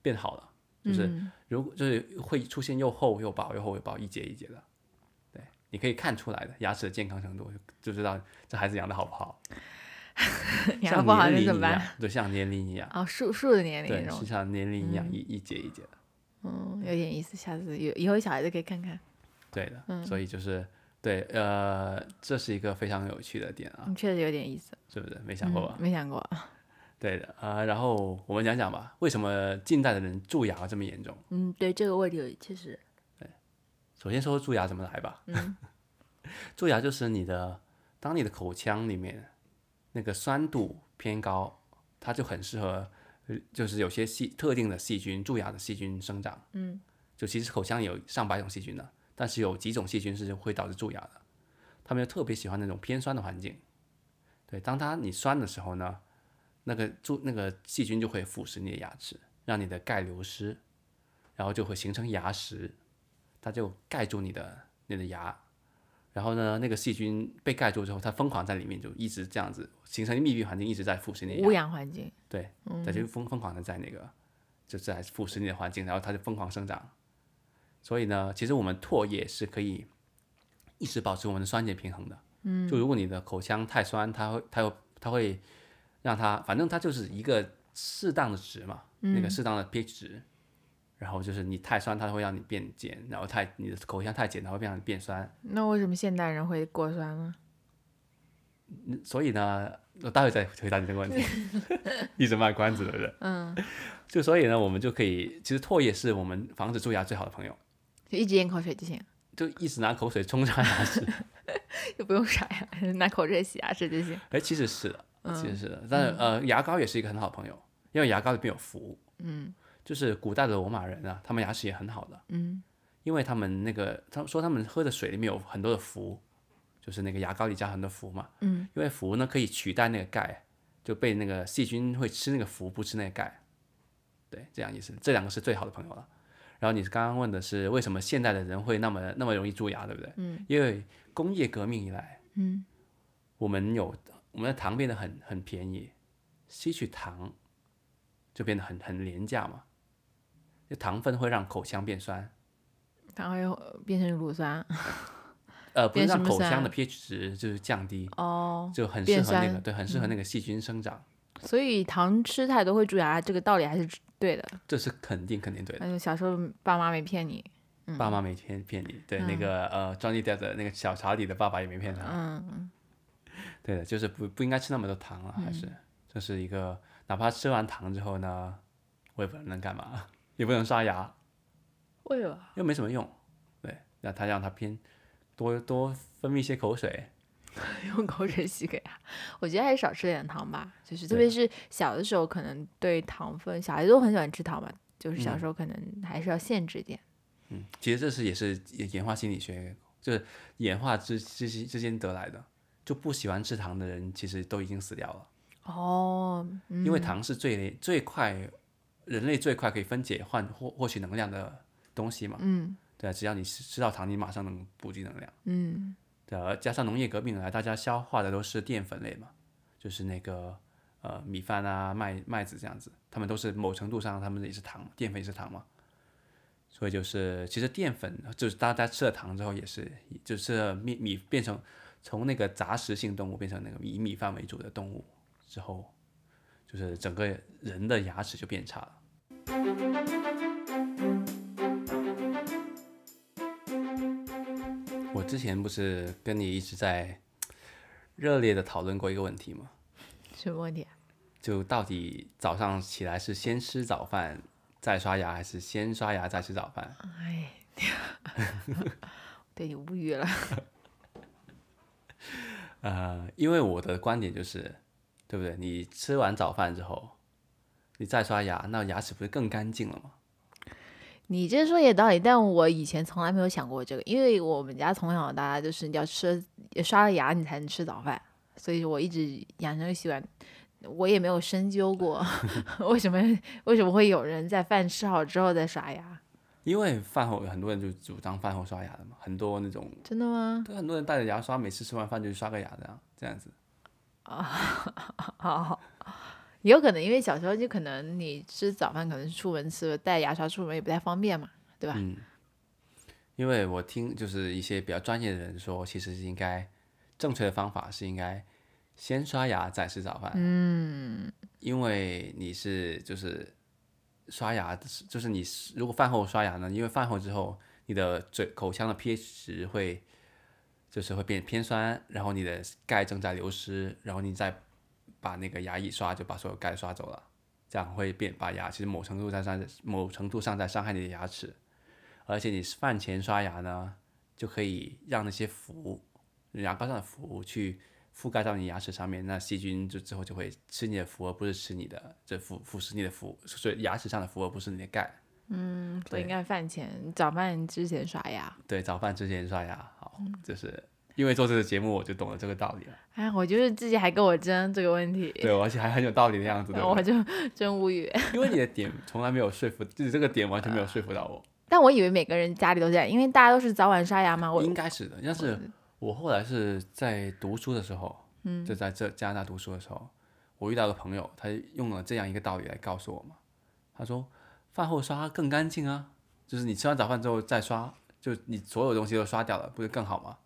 S1: 变好了，就是
S2: 嗯
S1: 如果就是会出现又厚又薄又厚又薄一节一节的，对，你可以看出来的牙齿的健康程度，就知道这孩子养的好不好。
S2: 养
S1: 像
S2: 得不好
S1: 年
S2: 那
S1: 龄
S2: 怎么
S1: 一样
S2: 办？
S1: 对，像年龄一 样，
S2: 哦，树树的年龄
S1: 对
S2: 那，种
S1: 是，像年龄一样一一节一节的。
S2: 嗯，有点意思。下次有以后有小孩子可以看看。
S1: 啊对的，
S2: 嗯
S1: 所以就是对，呃，这是一个非常有趣的点啊，
S2: 嗯，确实有点意思，
S1: 是不是？没想过吧？
S2: 嗯没想过。
S1: 对的，呃，然后我们讲讲吧，为什么近代的人蛀牙这么严重？
S2: 嗯，对这个问题确实，
S1: 首先说蛀牙怎么来吧。 蛀牙就是你的，当你的口腔里面那个酸度偏高，它就很适合，呃就是有些细特定的细菌，蛀牙的细菌生长。嗯，就其实口腔里有上百种细菌的，但是有几种细菌是会导致蛀牙的。它们就特别喜欢那种偏酸的环境。对，当它你酸的时候呢，那个蛀那个细菌就会腐蚀你的牙齿，让你的钙流失，然后就会形成牙石。它就盖住你的你的牙，然后呢，那个细菌被盖住之后，它疯狂在里面就一直这样子形成密闭环境，一直在腐蚀你的
S2: 污
S1: 牙，
S2: 染环境。
S1: 对，它就疯疯狂的在那个就在腐蚀你的环境，然后它就疯狂生长。所以呢，其实我们唾液是可以一直保持我们的酸碱平衡的。嗯，就如果你的口腔太酸，它会它会它会让它，反正它就是一个适当的值嘛，那个适当的 pH 值。然后就是你太酸，它会让你变碱；然后太你的口腔太碱，它会让你变酸。
S2: 那为什么现代人会过酸呢？
S1: 嗯所以呢，我待会再回答你这个问 题，一直卖关子的人。
S2: 嗯，
S1: 就所以呢，我们就可以，其实唾液是我们防止蛀牙最好的朋友，
S2: 就一直咽口水就行，
S1: 就一直拿口水冲刷牙齿。
S2: 就不用刷牙， 拿口水洗牙齿就行。
S1: 哎，其实是的，
S2: 嗯
S1: 其实是的，但是呃，牙膏也是一个很好的朋友，因为牙膏里面有氟。
S2: 嗯
S1: 就是古代的罗马人啊，他们牙齿也很好的，
S2: 嗯
S1: 因为他们那个，他们说他们喝的水里面有很多的氟，就是那个牙膏里加很多氟嘛，
S2: 嗯，
S1: 因为氟呢可以取代那个钙，就被那个细菌会吃那个氟，不吃那个钙，对，这样意思，这两个是最好的朋友了。然后你刚刚问的是为什么现代的人会那么那么容易蛀牙，对不对？
S2: 嗯，
S1: 因为工业革命以来，
S2: 嗯，
S1: 我们有我们的糖变得很很便宜，吸取糖就变得很很廉价嘛。就糖分会让口腔变酸，
S2: 然后又变成乳酸
S1: 呃，不是
S2: 变什
S1: 让
S2: 么
S1: 口
S2: 酸
S1: 腔的 pH 值就是降低，
S2: 哦，
S1: 就很适
S2: 变
S1: 合那个
S2: 酸嗯
S1: 对，很适合那个细菌生长，
S2: 所以糖吃太多会蛀牙，这个道理还是对的。
S1: 这是肯定肯定对的。
S2: 嗯，小时候爸妈没骗你，
S1: 爸妈没骗骗你，对、那
S2: 嗯
S1: 个呃，Johnny Depp 的那个小茶底的爸爸也没骗他，
S2: 嗯，
S1: 对的，就是不不应该吃那么多糖了，还是、这是一个，哪怕吃完糖之后呢，我也不能干嘛， 也不能刷牙，
S2: 为了
S1: 又没什么用。对，那他让他偏多多分泌一些口水，
S2: 用口水洗给他，我觉得还是少吃点糖吧。就是特别是小的时候，可能对糖分，小孩都很喜欢吃糖嘛，就是小时候可能还是要限制一点。
S1: 嗯，其实这是也是也演化心理学，就是演化之之之间得来的。就不喜欢吃糖的人，其实都已经死掉了，
S2: 哦，嗯
S1: 因为糖是最最快人类最快可以分解换获获取能量的东西嘛。
S2: 嗯
S1: 对啊，只要你吃吃到糖，你马上能补给能量。
S2: 嗯
S1: 对啊，而加上农业革命来，大家消化的都是淀粉类嘛，就是那个呃米饭啊、麦麦子这样子，他们都是某程度上他们也是糖嘛，淀粉也是糖嘛，所以就是其实淀粉就是大家吃了糖之后也是，就是米米变成从那个杂食性动物变成那个以米饭为主的动物之后，就是整个人的牙齿就变差了。我之前不是跟你一直在热烈的讨论过一个问题吗？
S2: 什么问题啊？
S1: 就到底早上起来是先吃早饭再刷牙，还是先刷牙再吃早饭？
S2: 哎， 对你无语了。
S1: 呃，因为我的观点就是，对不对？你吃完早饭之后，你再刷牙，那牙齿不是更干净了吗？
S2: 你这说也有道理，但我以前从来没有想过这个，因为我们家从小到大就是你要吃刷了牙你才能吃早饭，所以我一直养成个习惯，我也没有深 究过为什么为什么会有人在饭吃好之后再刷牙，
S1: 因为饭后很多人就主张饭后刷牙的嘛，很多那种，
S2: 真的吗？
S1: 对，很多人带着牙刷，每次吃完饭就去刷个牙的啊，这样子。
S2: 哦，也有可能因为小时候就可能你吃早饭可能是出门吃，带牙刷出门也不太方便嘛，对吧？
S1: 嗯，因为我听就是一些比较专业的人说，其实是应该正确的方法是应该先刷牙再吃早饭。嗯，因为你是就是刷牙，就是你是如果饭后刷牙呢，因为饭后之后你的嘴口腔的 pH 值会就是会变偏酸，然后你的钙正在流失，然后你再把那个牙一刷就把所有钙刷走了。这样会变把牙，其实某程度上在某程度上在伤害你的牙齿，而且你饭前刷牙呢，就可以让那些氟，牙膏上的氟去覆盖到你牙齿上面，那细菌就之后就会吃你的氟，而不是吃你的这腐腐蚀你的氟，所以牙齿上的氟而不是你的钙。
S2: 嗯，所
S1: 对
S2: 以应该饭前早饭之前刷牙。
S1: 对，早饭之前刷牙，好，就是因为做这个节目，我就懂了这个道理了。
S2: 哎，我就是自己还跟我争这个问题。
S1: 对，而且还很有道理的 样子，对
S2: 然后
S1: 不
S2: 我
S1: 对？
S2: 就真无语。
S1: 因为你的点从来没有说服，就是这个点完全没有说服到我。
S2: 但我以为每个人家里都这样，因为大家都是早晚刷牙嘛。我
S1: 应该是的。但是我后来是在读书的时候，嗯，就在这加拿大读书的时候，我遇到个朋友，他用了这样一个道理来告诉我嘛。他说，饭后刷更干净啊，就是你吃完早饭之后再刷，就你所有东西都刷掉了，不是更好吗？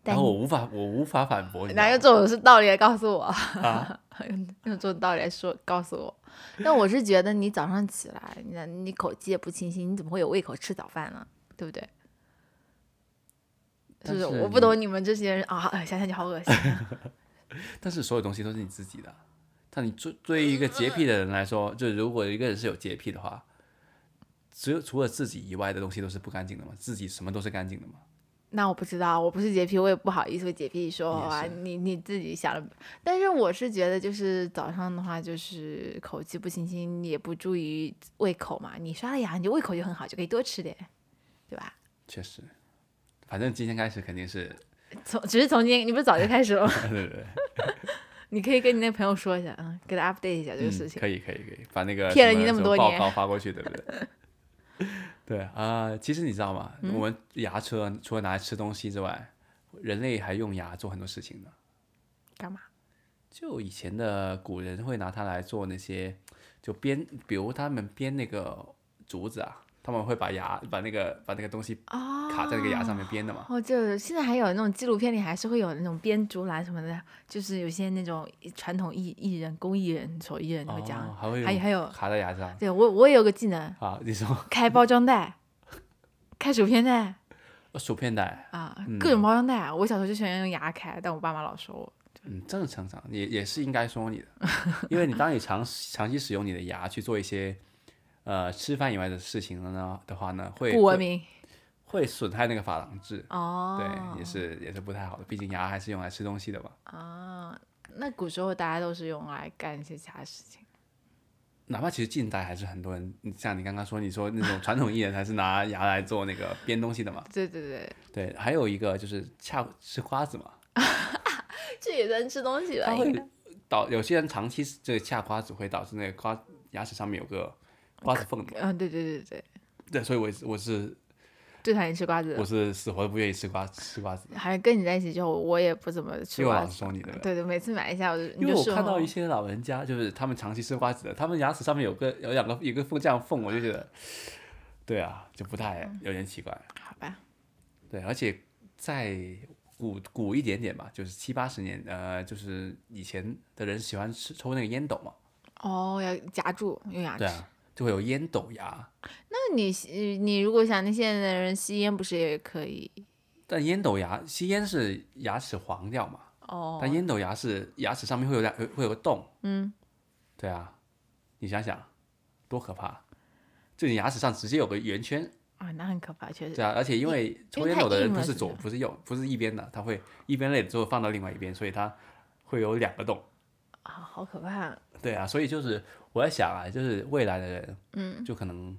S2: 但
S1: 然后我无法，我无法反驳你啊知道
S2: 哪
S1: 吗。
S2: 有这种是道理来告诉我？
S1: 啊
S2: 用这种道理来说告诉我。但我是觉得你早上起来，那你口气也不清新，你怎么会有胃口吃早饭呢？对不对？就
S1: 但
S2: 是
S1: 是
S2: 我不懂你们这些人啊，哎，想想就好恶心啊。
S1: 但是所有东西都是你自己的。但你对对于一个洁癖的人来说，就如果一个人是有洁癖的话，只有除了自己以外的东西都是不干净的嘛，自己什么都是干净的嘛。
S2: 那我不知道，我不是洁癖，我也不好意思为洁癖说话。
S1: 也是
S2: 你你自己想了，但是我是觉得，就是早上的话，就是口气不清新，也不注意胃口嘛。你刷了牙，你就胃口就很好，就可以多吃点，对吧？
S1: 确实，反正今天开始肯定是，
S2: 从只是从今天，你不是早就开始了吗？
S1: 对对对，
S2: 你可以跟你那朋友说一下，嗯，给他 update 一下这个
S1: 嗯
S2: 事情。
S1: 可以可以可以，把那个
S2: 骗了
S1: 什
S2: 你那么
S1: 什
S2: 多年
S1: 报告发过去，对不对？ 对啊、其实你知道吗？
S2: 嗯
S1: 我们牙车除了拿来吃东西之外，人类还用牙做很多事情呢。
S2: 干嘛？
S1: 就以前的古人会拿它来做那些，就编，比如他们编那个竹子啊，他们会把牙把那个把那个东西
S2: 哦，
S1: 卡在那个牙上面编的嘛。
S2: 哦，就是现在还有那种纪录片里还是会有那种编竹篮什么的，就是有些那种传统艺艺人、工艺人、手艺人会讲。
S1: 哦，还会
S2: 还有还有
S1: 卡在牙上
S2: 对我，我也有个技能，
S1: 啊？你说
S2: 开包装袋，开薯片袋
S1: 薯片袋，
S2: 啊，
S1: 嗯
S2: 各种包装袋啊。我小时候就喜欢用牙开，但我爸妈老说我。
S1: 嗯，正常常也也是应该说你的， 因为你当你长长期使用你的牙去做一些呃吃饭以外的事情了呢的话呢，会
S2: 不文
S1: 会
S2: 明
S1: 会损害那个珐琅质，
S2: 哦，
S1: 对，也是也是不太好的，毕竟牙还是用来吃东西的嘛。
S2: 啊。那古时候大家都是用来干一些其他事情，
S1: 哪怕其实近代还是很多人，你像你刚刚说，你说那种传统艺人还是拿牙来做那个编东西的嘛。
S2: 对对对，
S1: 对，还有一个就是恰吃瓜子嘛，
S2: 这也算吃东西吧
S1: 它？
S2: 应
S1: 会
S2: 该
S1: 导有些人长期这个恰瓜子会导致那个瓜牙齿上面有个瓜子缝的嘛。
S2: 嗯，对对对对，
S1: 对，所以我是我是
S2: 最讨厌吃瓜子
S1: 我
S2: 了。
S1: 是死活都不愿意吃瓜吃瓜子的，
S2: 好像跟你在一起之后，我也不怎么吃
S1: 因为我
S2: 瓜
S1: 老
S2: 子
S1: 是。说你的。
S2: 对对，每次买一下我就
S1: 因为
S2: 你就哦
S1: 我
S2: 送
S1: 看到
S2: 我
S1: 一些老人家，就是他们长期吃瓜子的，他们牙齿上面有个有两个有一个缝这样缝，我就觉得，对啊，就不太有点奇怪。
S2: 好吧，
S1: 对，而且在古古一点点吧，就是七八十年，呃，就是以前的人喜欢吃抽那个烟斗嘛，
S2: 哦，要夹住用牙齿。
S1: 对啊，就会有烟斗牙，
S2: 那你吸你如果想，那现在的人吸烟不是也可以？
S1: 但烟斗牙吸烟是牙齿黄掉嘛，
S2: 哦，
S1: 但烟斗牙是牙齿上面会有两会会有个洞，嗯，对啊，你想想多可怕，就你牙齿上直接有个圆圈，
S2: 啊，那很可怕，确实。
S1: 对啊，而且因为抽
S2: 因为
S1: 烟
S2: 太
S1: 斗的人
S2: 硬
S1: 不
S2: 了
S1: 是
S2: 是
S1: 左
S2: 吧
S1: 不是右不是一边的，他会一边累了之后放到另外一边，所以它会有两个洞。
S2: 啊，好可怕！
S1: 对啊，所以就是我在想啊，就是未来的人，嗯，就可能，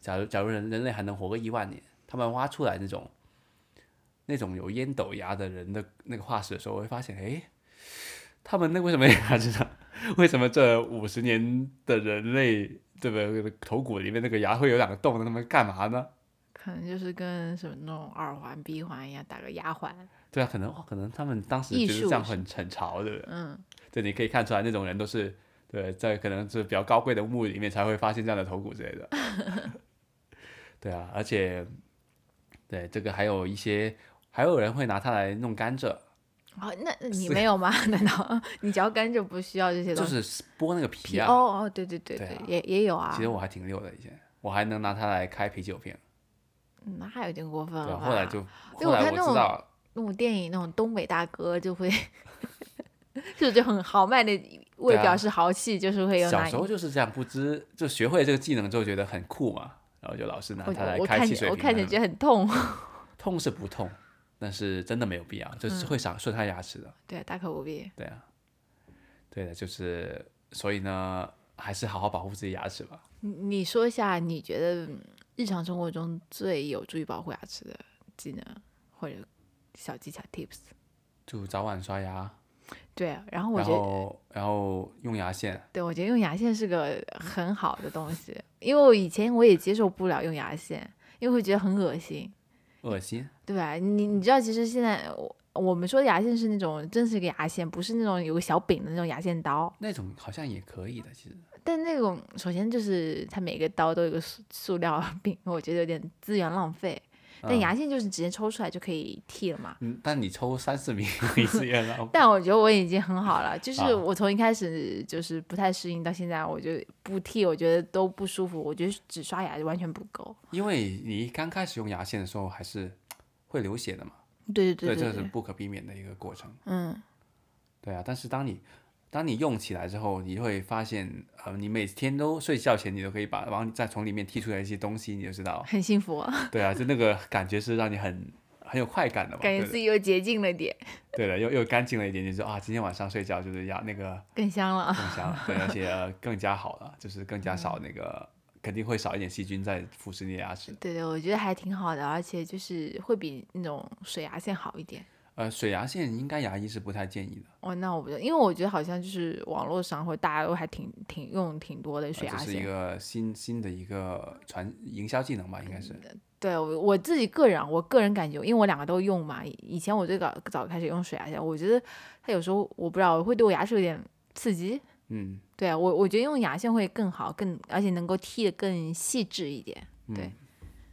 S1: 假如假如人人类还能活个一万年，他们挖出来那种那种有烟斗牙的人的那个化石的时候，我会发现，诶，他们那为什么 牙齿上，为什么这五十年的人类对不对，头骨里面那个牙会有两个洞呢？他们干嘛呢？
S2: 可能就是跟什么那种耳环、鼻环一样，打个牙环。
S1: 对啊，可能可能他们当时
S2: 艺
S1: 觉得
S2: 术
S1: 这样
S2: 是
S1: 很很潮，对不对？
S2: 嗯，
S1: 对，你可以看出来那种人都是对，在可能是比较高贵的墓里面才会发现这样的头骨之类的。 对啊，而且对这个还有一些，还有人会拿它来弄甘蔗，
S2: 哦，那那你
S1: 是
S2: 没有吗？ 难道你嚼甘蔗不需要这些
S1: 就
S2: 东西？
S1: 是剥那个皮啊。
S2: 哦哦，对对对
S1: 对啊
S2: 也也有啊
S1: 其。实我还挺溜的，以前我还能拿它来开啤酒瓶。
S2: 那还有点过分
S1: 对
S2: 了
S1: 啊，
S2: 吧。
S1: 后来就
S2: 对
S1: 后
S2: 我
S1: 来
S2: 看
S1: 我
S2: 那
S1: 知
S2: 种
S1: 道，
S2: 那种电影那种东北大哥就会， 就就很豪迈的为
S1: 对啊
S2: 表示豪气，就是会有
S1: 小
S2: 哎那
S1: 时候
S2: 一。
S1: 就是这样，不知就学会了这个技能之后觉得很酷嘛，然后就老是拿
S2: 我
S1: 它来
S2: 我
S1: 开
S2: 看
S1: 汽
S2: 见
S1: 水
S2: 我
S1: 瓶啊
S2: 看
S1: 什
S2: 见
S1: 么的。
S2: 觉得很痛，
S1: 痛是不痛，但是真的没有必
S2: 嗯
S1: 要，就是会伤损害牙齿的。
S2: 对，大可不必。
S1: 对啊，对的，就是所以呢，还是好好保护自己牙齿吧。
S2: 你你说一下，你觉得嗯日常生活中最有助于保护牙齿的技能或者小技巧 tips？
S1: 就早晚刷牙，
S2: 对啊，然后我
S1: 然
S2: 觉得，
S1: 后然后用牙线，
S2: 对我觉得用牙线是个很好的东西，因为我以前我也接受不了用牙线，因为会觉得很恶心，
S1: 恶心。
S2: 对吧？你你知道，其实现在我我们说的牙线是那种真是一个牙线，不是那种有个小柄的那种牙线刀。
S1: 那种好像也可以的，其实
S2: 但那种首先就是它每个刀都有个塑塑料 柄，我觉得有点资源浪费。但
S1: 嗯
S2: 牙线就是直接抽出来就可以剃了嘛。
S1: 嗯，但你抽三四 米一次也浪费。
S2: 但我觉得我已经很好了，就是
S1: 啊
S2: 我从一开始就是不太适应，到现在我就不剃，我觉得都不舒服，我觉得只刷牙就完全不够。
S1: 因为你刚开始用牙线的时候还是会流血的嘛，对，
S2: 对对
S1: 这
S2: 对
S1: 个是
S2: 对，
S1: 不可避免的一个过程。
S2: 嗯
S1: 对啊，但是当你当你用起来之后，你会发现，呃，你每天都睡觉前你都可以把，然后你再从里面剔出来一些东西，你就知道，
S2: 很幸福、啊，
S1: 对啊，就那个感觉是让你很很有快感的嘛，
S2: 感觉
S1: 对
S2: 自
S1: 的
S2: 己又洁净了点，
S1: 对的，又又干净了一点点，就啊，今天晚上睡觉就是要那个
S2: 更香了啊。
S1: 更香了，对，而且、呃、更加好了，就是更加
S2: 嗯
S1: 少那个，肯定会少一点细菌在腐蚀你的牙齿。
S2: 对对，我觉得还挺好的，而且就是会比那种水牙线好一点。
S1: 呃，水牙线应该牙医是不太建议的，
S2: 哦，那我不知道，因为我觉得好像就是网络上或者大家都还挺挺用挺多的水
S1: 呃
S2: 牙
S1: 这是一
S2: 线。
S1: 个新新的一个传营销技能吧，应该是。
S2: 对我我自己个人啊，我个人感觉，因为我两个都用嘛，以以前我最早早开始用水牙线，我觉得它有时候我不知道会对我牙齿有点刺激。
S1: 嗯，
S2: 对啊，我我觉得用牙线会更好，更而且能够剔的更细致一点。对
S1: 嗯，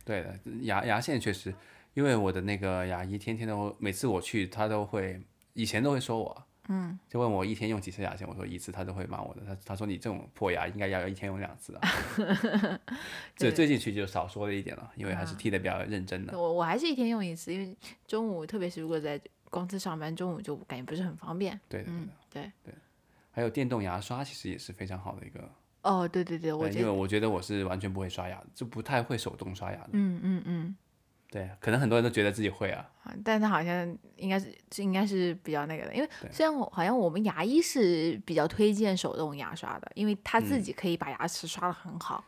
S1: 对的，牙牙线确实，因为我的那个牙医天天都，每次我去他都会，以前都会说我，嗯，就问我一天用几次牙线，我说一次，他都会骂我的。他他说你这种破牙应该要一天用两次啊。这
S2: 对啊
S1: 最近去就少说了一点了，因为还是剃的比较认真的。
S2: 我我还是一天用一次，因为中午特别是如果在公司上班，中午就感觉不是很方便。
S1: 对的，对
S2: 嗯
S1: 的，
S2: 对。
S1: 还有电动牙刷其实也是非常好的一个，
S2: 哦，对对对，我
S1: 对
S2: 觉
S1: 啊因为
S2: 得，
S1: 我觉得我是完全不会刷牙的，就不太会手动刷牙的。
S2: 嗯嗯嗯，
S1: 对，啊可能很多人都觉得自己会啊，
S2: 啊但是好像应该是这应该是比较那个的，因为
S1: 对
S2: 虽然我好像我们牙医是比较推荐手动牙刷的，因为他自
S1: 嗯
S2: 己可以把牙齿刷得很好。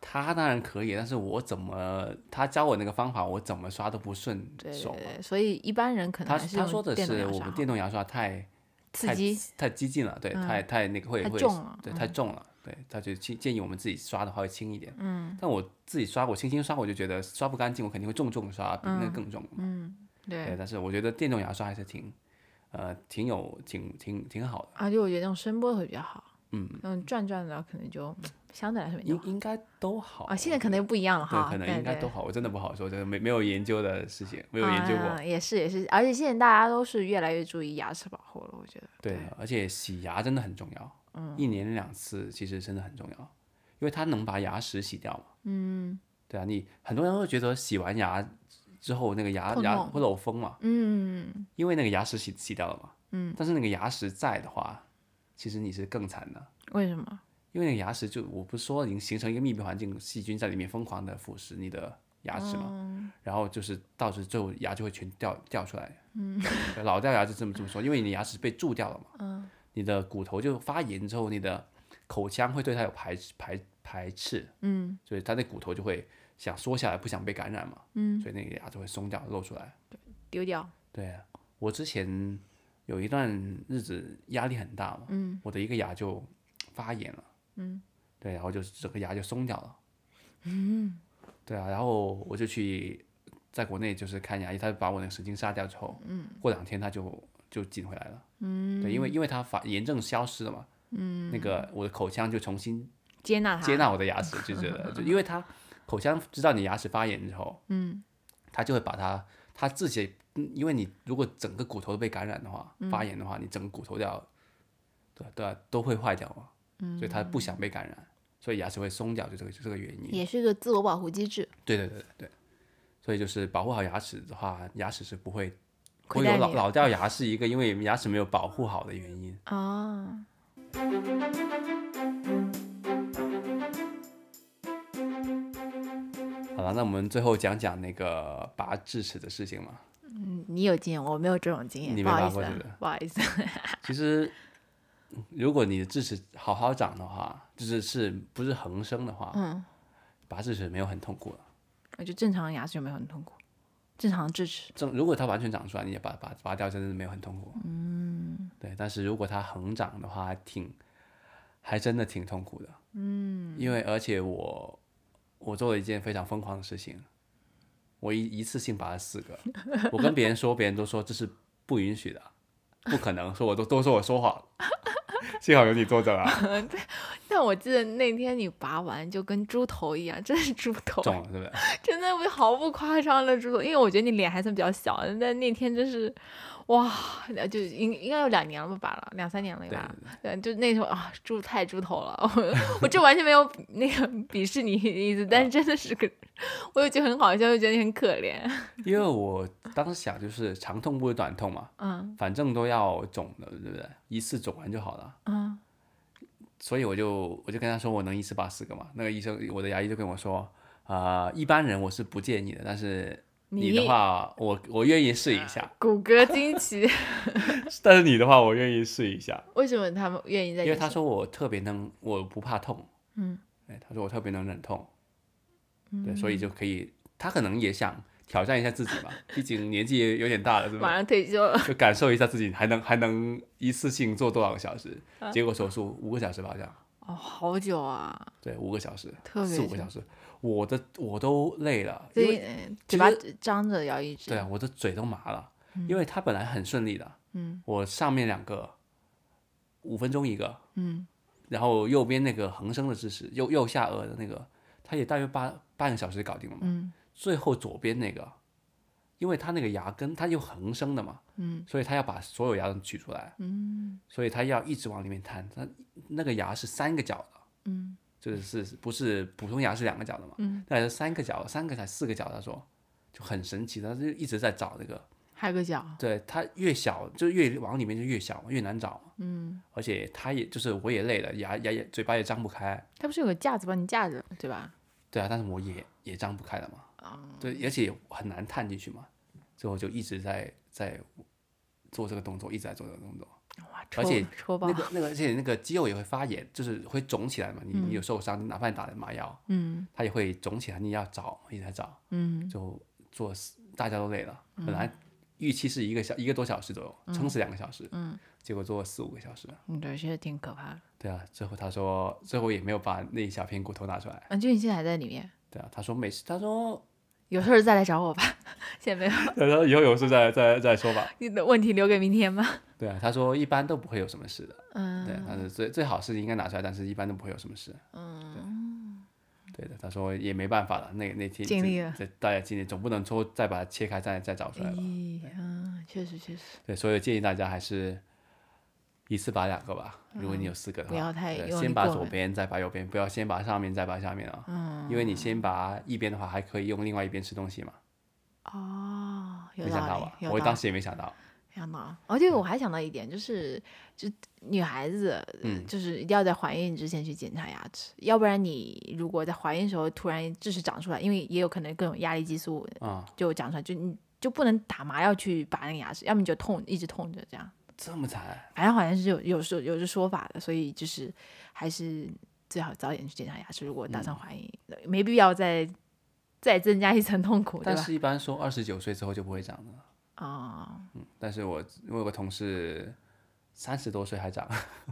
S1: 他当然可以，但是我怎么他教我那个方法，我怎么刷都不顺
S2: 对对
S1: 手啊。
S2: 对，所以一般人可能
S1: 他
S2: 还是
S1: 他说
S2: 用
S1: 的
S2: 电动
S1: 是
S2: 牙
S1: 我
S2: 刷
S1: 们
S2: 好
S1: 电动牙刷太
S2: 刺激。
S1: 太激进了，对，
S2: 嗯
S1: 太太那个会
S2: 太
S1: 会
S2: 重了嗯
S1: 对，太重了，对，他就建建议我们自己刷的话会轻一点。嗯，但我自己刷，我轻轻刷，我就觉得刷不干净，我肯定会重重刷，比那个更重嘛。对，
S2: 嗯对，
S1: 但是我觉得电动牙刷还是挺呃挺有挺挺挺好的，
S2: 而啊且我觉得那种声波会比较好，
S1: 嗯，
S2: 那种转转的可能就嗯相对来说没那
S1: 应
S2: 么好
S1: 应该都好
S2: 啊，现在可能又不一样了
S1: 对，
S2: 哈，
S1: 可能应该
S2: 对
S1: 都好，我真的不好说，真的没没有研究的事情，没有研究过。
S2: 啊也是也是，而且现在大家都是越来越注意牙齿保护了，我觉得。
S1: 对的，而且洗牙真的很重要，
S2: 嗯
S1: 一年两次其实真的很重要，因为它能把牙石洗掉嘛。嗯，对啊，你很多人会觉得洗完牙之后那个牙
S2: 痛
S1: 牙
S2: 痛
S1: 会漏风嘛，
S2: 嗯，
S1: 因为那个牙石洗洗掉了嘛。
S2: 嗯，
S1: 但是那个牙石在的话，其实你是更惨的，
S2: 为什么？
S1: 因为那个牙石就我不是说已经形成一个密闭环境，细菌在里面疯狂的腐蚀你的牙齿嘛，然后就是到时最后牙就会全掉掉出来。嗯， 老掉牙就这么这么说，因为你的牙齿被蛀掉了嘛。嗯，你的骨头就发炎之后，你的口腔会对它有排斥排排斥，
S2: 嗯，
S1: 所以它的骨头就会想缩下来，不想被感染嘛。嗯，所以那个牙就会松掉露出来。
S2: 丢掉。
S1: 对啊，我之前有一段日子压力很大嘛，嗯，我的一个牙就发炎了，嗯，对，然后就是整个牙就松掉了， 嗯，对啊，然后我就去在国内就是看牙医，他把我那个神经杀掉之后，嗯，过两天他就就紧回来了，嗯，对，因为因为他发炎症消失了嘛，嗯，那个我的口腔就重新
S2: 接纳它，
S1: 接纳我的牙齿，就觉 得，就因为它口腔知道你牙齿发炎之后，嗯，它就会把它它自己，嗯因为你如果整个骨头都被感染的话，发炎的话，你整个骨头都要，对对啊，都会坏掉嘛，嗯，所以它不想被感染，所以牙齿会松掉，就这个就这个原因。
S2: 也是个自我保护机制，
S1: 对对对对对，所以就是保护好牙齿的话，牙齿是不会。
S2: 亏
S1: 会有
S2: 待
S1: 老
S2: 你
S1: 老掉牙是一个，因为牙齿没有保护好的原因。
S2: 啊。
S1: 好了，那我们最后讲讲那个拔智齿的事情嘛。
S2: 嗯，你有经验，我没有这种经验，
S1: 你
S2: 不
S1: 没
S2: 好意
S1: 拔
S2: 思
S1: 过
S2: 啊
S1: 是不是，
S2: 不好意思。
S1: 其实，嗯如果你的智齿好好长的话，就是是不是恒生的话，
S2: 嗯，
S1: 拔智齿没有很痛苦的。啊
S2: 我觉得正常的牙齿有没有很痛苦？正常的智齿，
S1: 正如果它完全长出来，你也把拔拔掉，真的没有很痛苦。嗯，对。但是如果它横长的话，还挺，还真的挺痛苦的。嗯，因为而且我我做了一件非常疯狂的事情，我一一次性拔了四个。 我跟别人说，别人都说这是不允许的，不可能。说我都都说我说谎，幸好有你坐着啊。
S2: 但我记得那天你拔完就跟猪头一样，真是猪头，
S1: 中了，对不对？
S2: 真的不毫不夸张的猪头。因为我觉得你脸还算比较小，但那天真是，哇，那就应应该有两年了吧，吧了两三年了
S1: 对
S2: 吧。对，就那时候啊，猪太猪头了，我我 这完全没有那个鄙视你的意思，
S1: 啊
S2: 但是真的是个，我又觉得很好笑，又觉得你很可怜。
S1: 因为我当时想就是长痛不如短痛嘛，
S2: 嗯
S1: 反正都要肿的，对不对？一次肿完就好了。
S2: 嗯
S1: 所以我就我就跟他说我能一次拔四个嘛。那个医生，我的牙医就跟我说，啊、一般人我是不建议的，但是你的
S2: 你
S1: 话，我我愿意试一 下。
S2: 骨骼惊奇，
S1: 但是你的话，我愿意试一下，
S2: 为什么他们愿意在
S1: 因
S2: 你身？
S1: 为他说我特别能，我不怕痛。
S2: 嗯，
S1: 哎，他说我特别能忍痛，对，所以就可以，他可能也想挑战一下自己吧，毕竟年纪也有点大了，对
S2: 马
S1: 吧？
S2: 上退休了，
S1: 就感受一下自己还能还能一次性做多少个小时，
S2: 嗯
S1: 结果手术五个小时吧，好像。
S2: 哦，好久啊，
S1: 对，五个小时，
S2: 特别
S1: 四五个
S2: 久
S1: 小时，我的我都累了，
S2: 所
S1: 因
S2: 以
S1: 为
S2: 呃
S1: 其
S2: 嘴巴
S1: 实
S2: 张着要一直。
S1: 对啊，我的嘴都麻了，因为它本来很顺利的，
S2: 嗯
S1: 我上面两个五分钟一个，
S2: 嗯，
S1: 然后右边那个恒生的知识，右右下颚的那个，它也大约八半个小时搞定了嘛，
S2: 嗯
S1: 最后左边那个，因为它那个牙根它又恒生的嘛，
S2: 嗯，
S1: 所以它要把所有牙都取出来，
S2: 嗯
S1: 所以它要一直往里面摊，它那个牙是三个角的。
S2: 嗯
S1: 就是是不是普通牙是两个角的嘛？
S2: 嗯，
S1: 那是三个角，三个才四个角。他说就很神奇，他就一直在找这个。
S2: 还有个脚，
S1: 对，它越小就越往里面就越小，越难找嘛。
S2: 嗯，
S1: 而且它也就是我也累了，牙牙也嘴巴也张不开。
S2: 它不是有个架子把你架着，对吧？
S1: 对啊，但是我也也张不开了嘛。对，而且很难探进去嘛。所以我就一直在在做这个动作，一直在做这个动作。
S2: 哇，
S1: 而且
S2: 戳戳爆
S1: 那，个那个，而且那个肌肉也会发炎，就是会肿起来嘛。你你有受伤，哪怕你打了麻药，
S2: 嗯
S1: 它也会肿起来，你要找，一直在找。
S2: 嗯
S1: 就做四大家都累了，本来预期是一个小一个多小时左右，撑死两个小时，
S2: 嗯，
S1: 结果做了四五个小时。
S2: 嗯，对，其实挺可怕的。
S1: 对啊，最后他说，最后也没有把那一小片骨头拿出来。
S2: 啊，就你现在还在里面，
S1: 对啊，他说没事，他说，
S2: 有事儿再来找我吧。 现在没有，
S1: 他说以后有事再再再说吧。
S2: 你的问题留给明天吧。
S1: 对啊，他说一般都不会有什么事的。对啊，
S2: 嗯
S1: 他说最最好是应该拿出来，但是一般都不会有什么事。
S2: 嗯，
S1: 对的，他说也没办法了，那那天
S2: 尽力了
S1: 这大家尽力，总不能说再把它切开再再找出来吧。
S2: 咦，嗯，确实确实，
S1: 对，所以建议大家还是一次拔两个吧。如果你有四个的
S2: 嗯不
S1: 话，
S2: 要太
S1: 对
S2: 用力
S1: 先拔
S2: 过
S1: 左
S2: 猛
S1: 边，再拔右边，不要先拔上面，再拔下面啊。
S2: 嗯，
S1: 因为你先拔一边的话，还可以用另外一边吃东西嘛。
S2: 哦，有
S1: 没想到
S2: 道
S1: 吧？
S2: 理，有
S1: 我
S2: 道
S1: 当
S2: 理。
S1: 时也没想到。
S2: 想到，哦，对，我还想到一点，就是就女孩子，呃
S1: 嗯
S2: 就是一定要在怀孕之前去检查牙齿，要不然你如果在怀孕的时候突然智齿长出来，因为也有可能各种压力激素
S1: 啊、
S2: 就长出来，就你就不能打麻药去拔那个牙齿，要么你就痛，一直痛着这样。
S1: 这么惨，
S2: 反正好像是有有说有这说法的，所以就是还是最好早点去检查牙齿。如
S1: 嗯
S2: 果打算怀孕，没必要再再增加一层痛苦，对
S1: 但
S2: 吧？
S1: 是一般说二十九岁之后就不会长了。
S2: 啊、
S1: 但是我我有个同事三十多岁还长，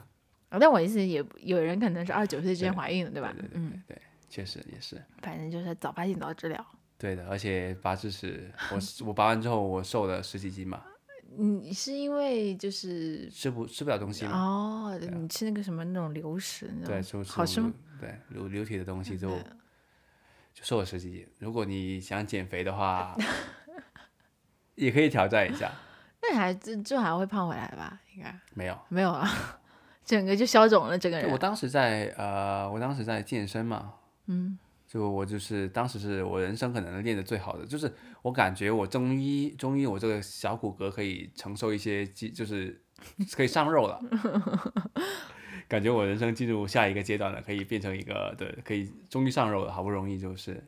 S2: 哦但我意思也有人可能是二十九岁之前怀孕的，对吧？
S1: 对对对
S2: 嗯，
S1: 对对，确实也是
S2: 反正就是早发现早治疗。
S1: 对的。而且拔智齿，我我拔完之后我瘦了十几斤嘛，
S2: 你是因为就是
S1: 吃不吃不了东西嘛，
S2: 哦，你吃那个什么那种流食那
S1: 啊对，
S2: 种，
S1: 就是
S2: 好嗯吃吗？
S1: 对，流流体的东西就就瘦了十几斤。如果你想减肥的话， 也可以挑战一下。
S2: 那你还这这还会胖回来吧？应该
S1: 没有，
S2: 没有啊， 整个就消肿了，整个
S1: 对我
S2: 人。
S1: 当时在呃，我当时在健身嘛，
S2: 嗯
S1: 就我就是当时是我人生可能练的最好的，就是我感觉我终于终于我这个小骨骼可以承受一些肌，就是可以上 肉了。感觉我人生进入下一个阶段了，可以变成一个对，可以终于上肉了，好不容易就是，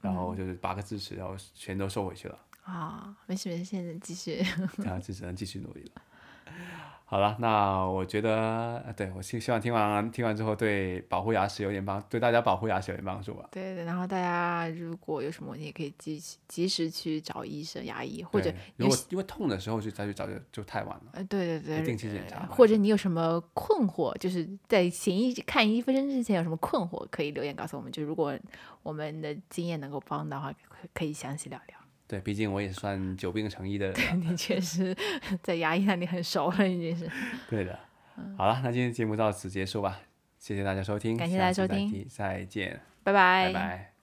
S1: 然后就是拔个智齿，然后全都收回去了。
S2: 啊，没事没事，现在继续。
S1: 然后就只能继续努力了。好了，那我觉得，呃对我希希望听完听完之后，对保护牙齿有点帮，对大家保护牙齿有点帮助吧。
S2: 对对，然后大家如果有什么问题，可以及时及时去找医生、牙医，或者
S1: 对
S2: 你
S1: 如
S2: 有
S1: 果因为痛的时候就再去找就就太晚了。
S2: 呃，对对对，
S1: 定期检查
S2: 呃
S1: 吧
S2: 或者你有什么困惑，就是在行医看医生之前有什么困惑，可以留言告诉我们。就如果我们的经验能够帮的话，可可以详细聊聊。
S1: 对，毕竟我也算久病成医的人了。
S2: 你确实 在牙医那里很熟了，已经是。
S1: 对 的。好了，那今天节目到此结束吧，谢谢大家收听，
S2: 嗯感谢
S1: 下
S2: 大家
S1: 次
S2: 收
S1: 再
S2: 听
S1: 提，再见，
S2: 拜
S1: 拜
S2: 拜。
S1: 拜